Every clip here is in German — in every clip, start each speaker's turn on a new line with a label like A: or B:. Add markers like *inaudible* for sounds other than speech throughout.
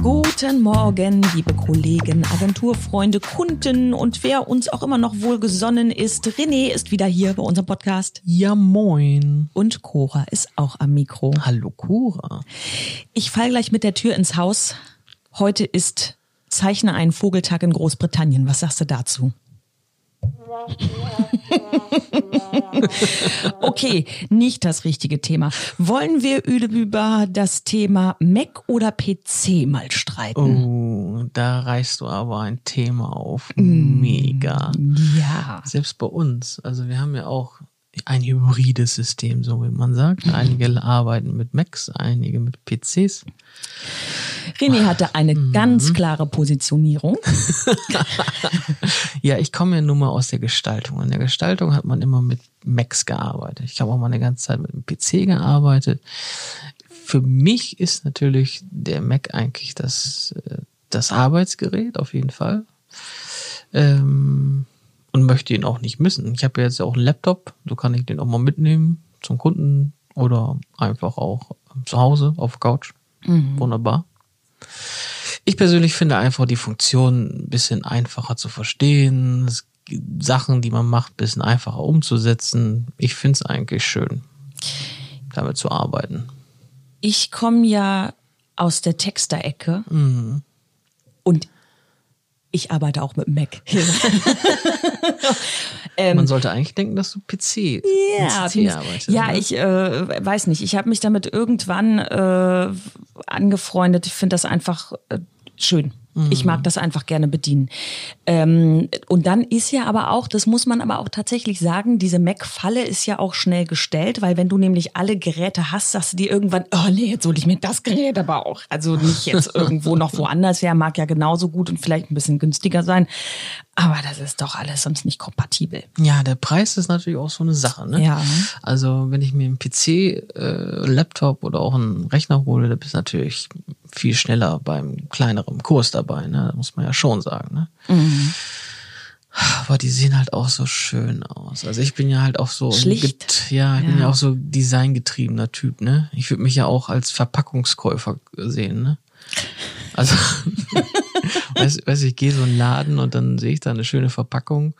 A: Guten Morgen, liebe Kollegen, Agenturfreunde, Kunden und wer uns auch immer noch wohlgesonnen ist. René ist wieder hier bei unserem Podcast
B: Ja, Ah, moin.
A: und Cora ist auch am Mikro.
B: Hallo, Cora.
A: Ich fall gleich mit der Tür ins Haus. Heute ist Zeichne einen Vogeltag in Großbritannien. Was sagst du dazu? *laughs* okay, nicht das richtige Thema. Wollen wir über das Thema Mac oder PC mal streiten?
B: Oh, da reißt du aber ein Thema auf. Mega.
A: Ja.
B: Selbst bei uns. Also wir haben ja auch ein hybrides System, so wie man sagt. Einige arbeiten mit Macs, einige mit PCs.
A: René hatte eine ganz klare Positionierung.
B: Ja, ich komme ja nun mal aus der Gestaltung. In der Gestaltung hat man immer mit Macs gearbeitet. Ich habe auch mal eine ganze Zeit mit dem PC gearbeitet. Für mich ist natürlich der Mac eigentlich das, äh, das Arbeitsgerät, auf jeden Fall. Ähm, und möchte ihn auch nicht missen. Ich habe ja jetzt auch einen Laptop, so kann ich den auch mal mitnehmen zum Kunden oder einfach auch ähm, zu Hause auf der Couch. Wunderbar. Ich persönlich finde einfach die Funktion ein bisschen einfacher zu verstehen, es gibt Sachen, die man macht, ein bisschen einfacher umzusetzen. Ich finde es eigentlich schön, damit zu arbeiten.
A: Ich komme ja aus der Texter-Ecke und ich arbeite auch mit Mac.
B: man sollte eigentlich denken, dass du PC,
A: Ähm, Ja,
B: mit PC
A: Pins-
B: arbeitest.
A: ja
B: ne?
A: ich äh, weiß nicht. Ich habe mich damit irgendwann äh, angefreundet. Ich finde das einfach äh, schön. Ich mag das einfach gerne bedienen. Ähm, und dann ist ja aber auch, das muss man aber auch tatsächlich sagen, diese Mac-Falle ist ja auch schnell gestellt, weil wenn du nämlich alle Geräte hast, sagst du dir irgendwann, oh nee, jetzt hole ich mir das Gerät aber auch. Also nicht jetzt irgendwo noch woanders her, mag ja genauso gut und vielleicht ein bisschen günstiger sein. Aber das ist doch alles sonst nicht kompatibel.
B: Ja, der Preis ist natürlich auch so eine Sache. Ne?
A: Ja.
B: Also wenn ich mir einen PC, äh, Laptop oder auch einen Rechner hole, da bist du natürlich viel schneller beim kleineren Kurs dabei. Ne? Das muss man ja schon sagen. Ne?
A: Mhm.
B: Aber die sehen halt auch so schön aus. Also ich bin ja halt auch so
A: Schlicht.
B: Get- ja, ich bin
A: Ja.
B: ja auch so designgetriebener Typ. Ne? Ich würde mich ja auch als Verpackungskäufer sehen. Ne? Also, *laughs* weiß, weiß ich gehe so in den Laden und dann sehe ich da eine schöne Verpackung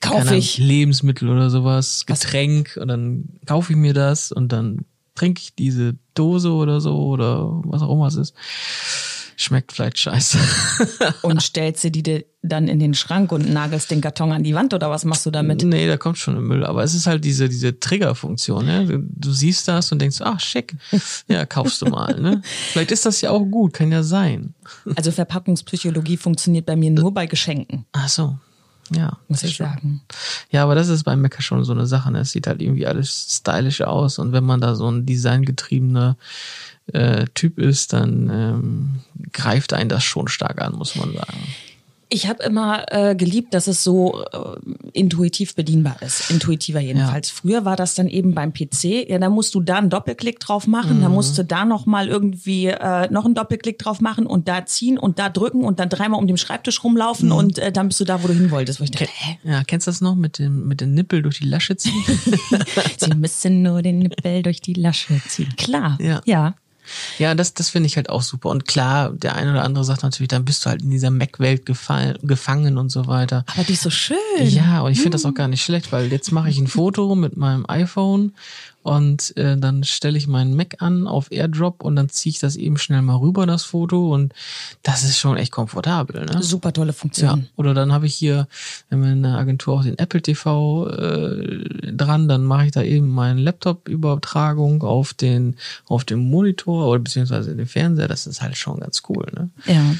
A: Kaufe
B: keine
A: ich.
B: Ahnung, Lebensmittel oder sowas, Getränk und dann kaufe ich mir das und dann trinke ich diese Dose oder so oder was auch immer es ist. Schmeckt vielleicht scheiße.
A: Und stellst du die dir dann in den Schrank und nagelst den Karton an die Wand oder was machst du *laughs* damit?
B: *laughs* nee, da kommt schon im Müll, aber es ist halt diese, diese Triggerfunktion, ne? Du, du siehst das und denkst, ach schick, ja, kaufst du mal, ne? Vielleicht ist das ja auch gut, kann ja sein.
A: Also Verpackungspsychologie funktioniert bei mir nur bei Geschenken,
B: Ach so. Ja,
A: muss ich sagen.
B: Ja, aber das ist beim Mecker schon so eine Sache. Ne? Es sieht halt irgendwie alles stylisch aus. Und wenn man da so ein designgetriebener äh, Typ ist, dann ähm, greift einen das schon stark an, muss man sagen.
A: Ich habe immer äh, geliebt, dass es so äh, intuitiv bedienbar ist. Intuitiver jedenfalls. Früher war das dann eben beim PC. Ja, da musst du da einen Doppelklick drauf machen, da musst du da nochmal irgendwie äh, noch einen Doppelklick drauf machen und da ziehen und da drücken und dann dreimal um den Schreibtisch rumlaufen und äh, dann bist du da, wo du hin wolltest. Wo ich dachte, hä?
B: Ja, kennst du das noch mit dem, mit dem Nippel durch die Lasche ziehen?
A: Sie müssen nur den Nippel durch die Lasche ziehen. Klar.
B: Ja.
A: ja.
B: *laughs* ja, das, das finde ich halt auch super. Und klar, der eine oder andere sagt natürlich, dann bist du halt in dieser Mac-Welt gefallen, gefangen und so weiter.
A: Aber die ist so schön.
B: Ja, und ich finde das auch gar nicht schlecht, weil jetzt mache ich ein Foto mit meinem iPhone und äh, dann stelle ich meinen Mac an auf AirDrop und dann ziehe ich das eben schnell mal rüber, das Foto. Und das ist schon echt komfortabel. Ne?
A: Super tolle
B: Ja.
A: Funktion.
B: Oder dann habe ich hier, wenn wir in der Agentur auch den Apple TV äh, dran, dann mache ich da eben meinen Laptop-Übertragung auf den, auf den Monitor oder beziehungsweise den Fernseher. Das ist halt schon ganz cool. Ne?
A: Ja.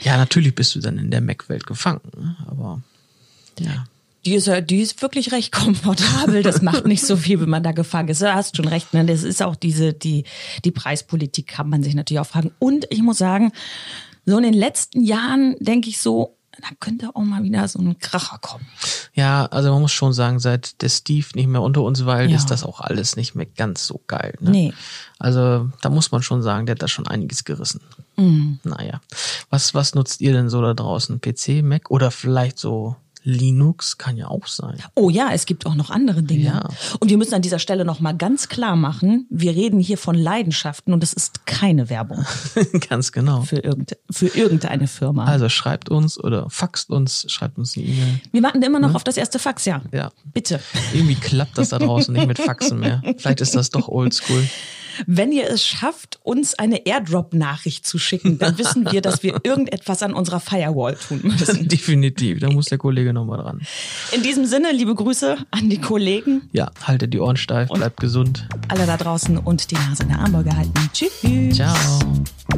B: Ja, natürlich bist du dann in der Mac-Welt gefangen, ne? aber ja.
A: Die ist, ja- die ist wirklich recht komfortabel. Das macht nicht so viel, wenn man da gefangen ist. Du hast schon recht. Ne? Das ist auch diese, die, die Preispolitik kann man sich natürlich auch fragen. Und ich muss sagen, so in den letzten Jahren denke ich so, da könnte auch mal wieder so ein Kracher kommen.
B: Ja, also man muss schon sagen, seit der Steve nicht mehr unter uns weilt,
A: Ja.
B: ist das auch alles nicht mehr ganz so geil. Ne?
A: Nee.
B: Also da muss man schon sagen, der hat da schon einiges gerissen.
A: Mhm.
B: Naja. Was, was nutzt ihr denn so da draußen? PC, Mac oder vielleicht so Linux kann ja auch sein.
A: Oh ja, es gibt auch noch andere Dinge.
B: Ja.
A: Und wir müssen an dieser Stelle noch mal ganz klar machen, wir reden hier von Leidenschaften und das ist keine Werbung
B: *laughs* Ganz genau.
A: für, irgend, für irgendeine Firma.
B: Also schreibt uns oder faxt uns, schreibt uns eine E-Mail.
A: wir warten immer
B: ne?
A: noch auf das erste Fax, ja.
B: Ja.
A: Bitte.
B: Irgendwie klappt das da draußen nicht mit Faxen mehr. Vielleicht ist das
A: *laughs*
B: doch oldschool. *laughs*
A: Wenn ihr es schafft, uns eine Airdrop-Nachricht zu schicken, dann wissen wir, dass wir irgendetwas an unserer Firewall tun müssen.
B: Definitiv. Da muss der Kollege nochmal dran.
A: In diesem Sinne, liebe Grüße an die Kollegen,
B: Ja, haltet die Ohren steif, bleibt gesund.
A: alle da draußen und die Nase in der Armbeuge halten. Tschüss.
B: Ciao.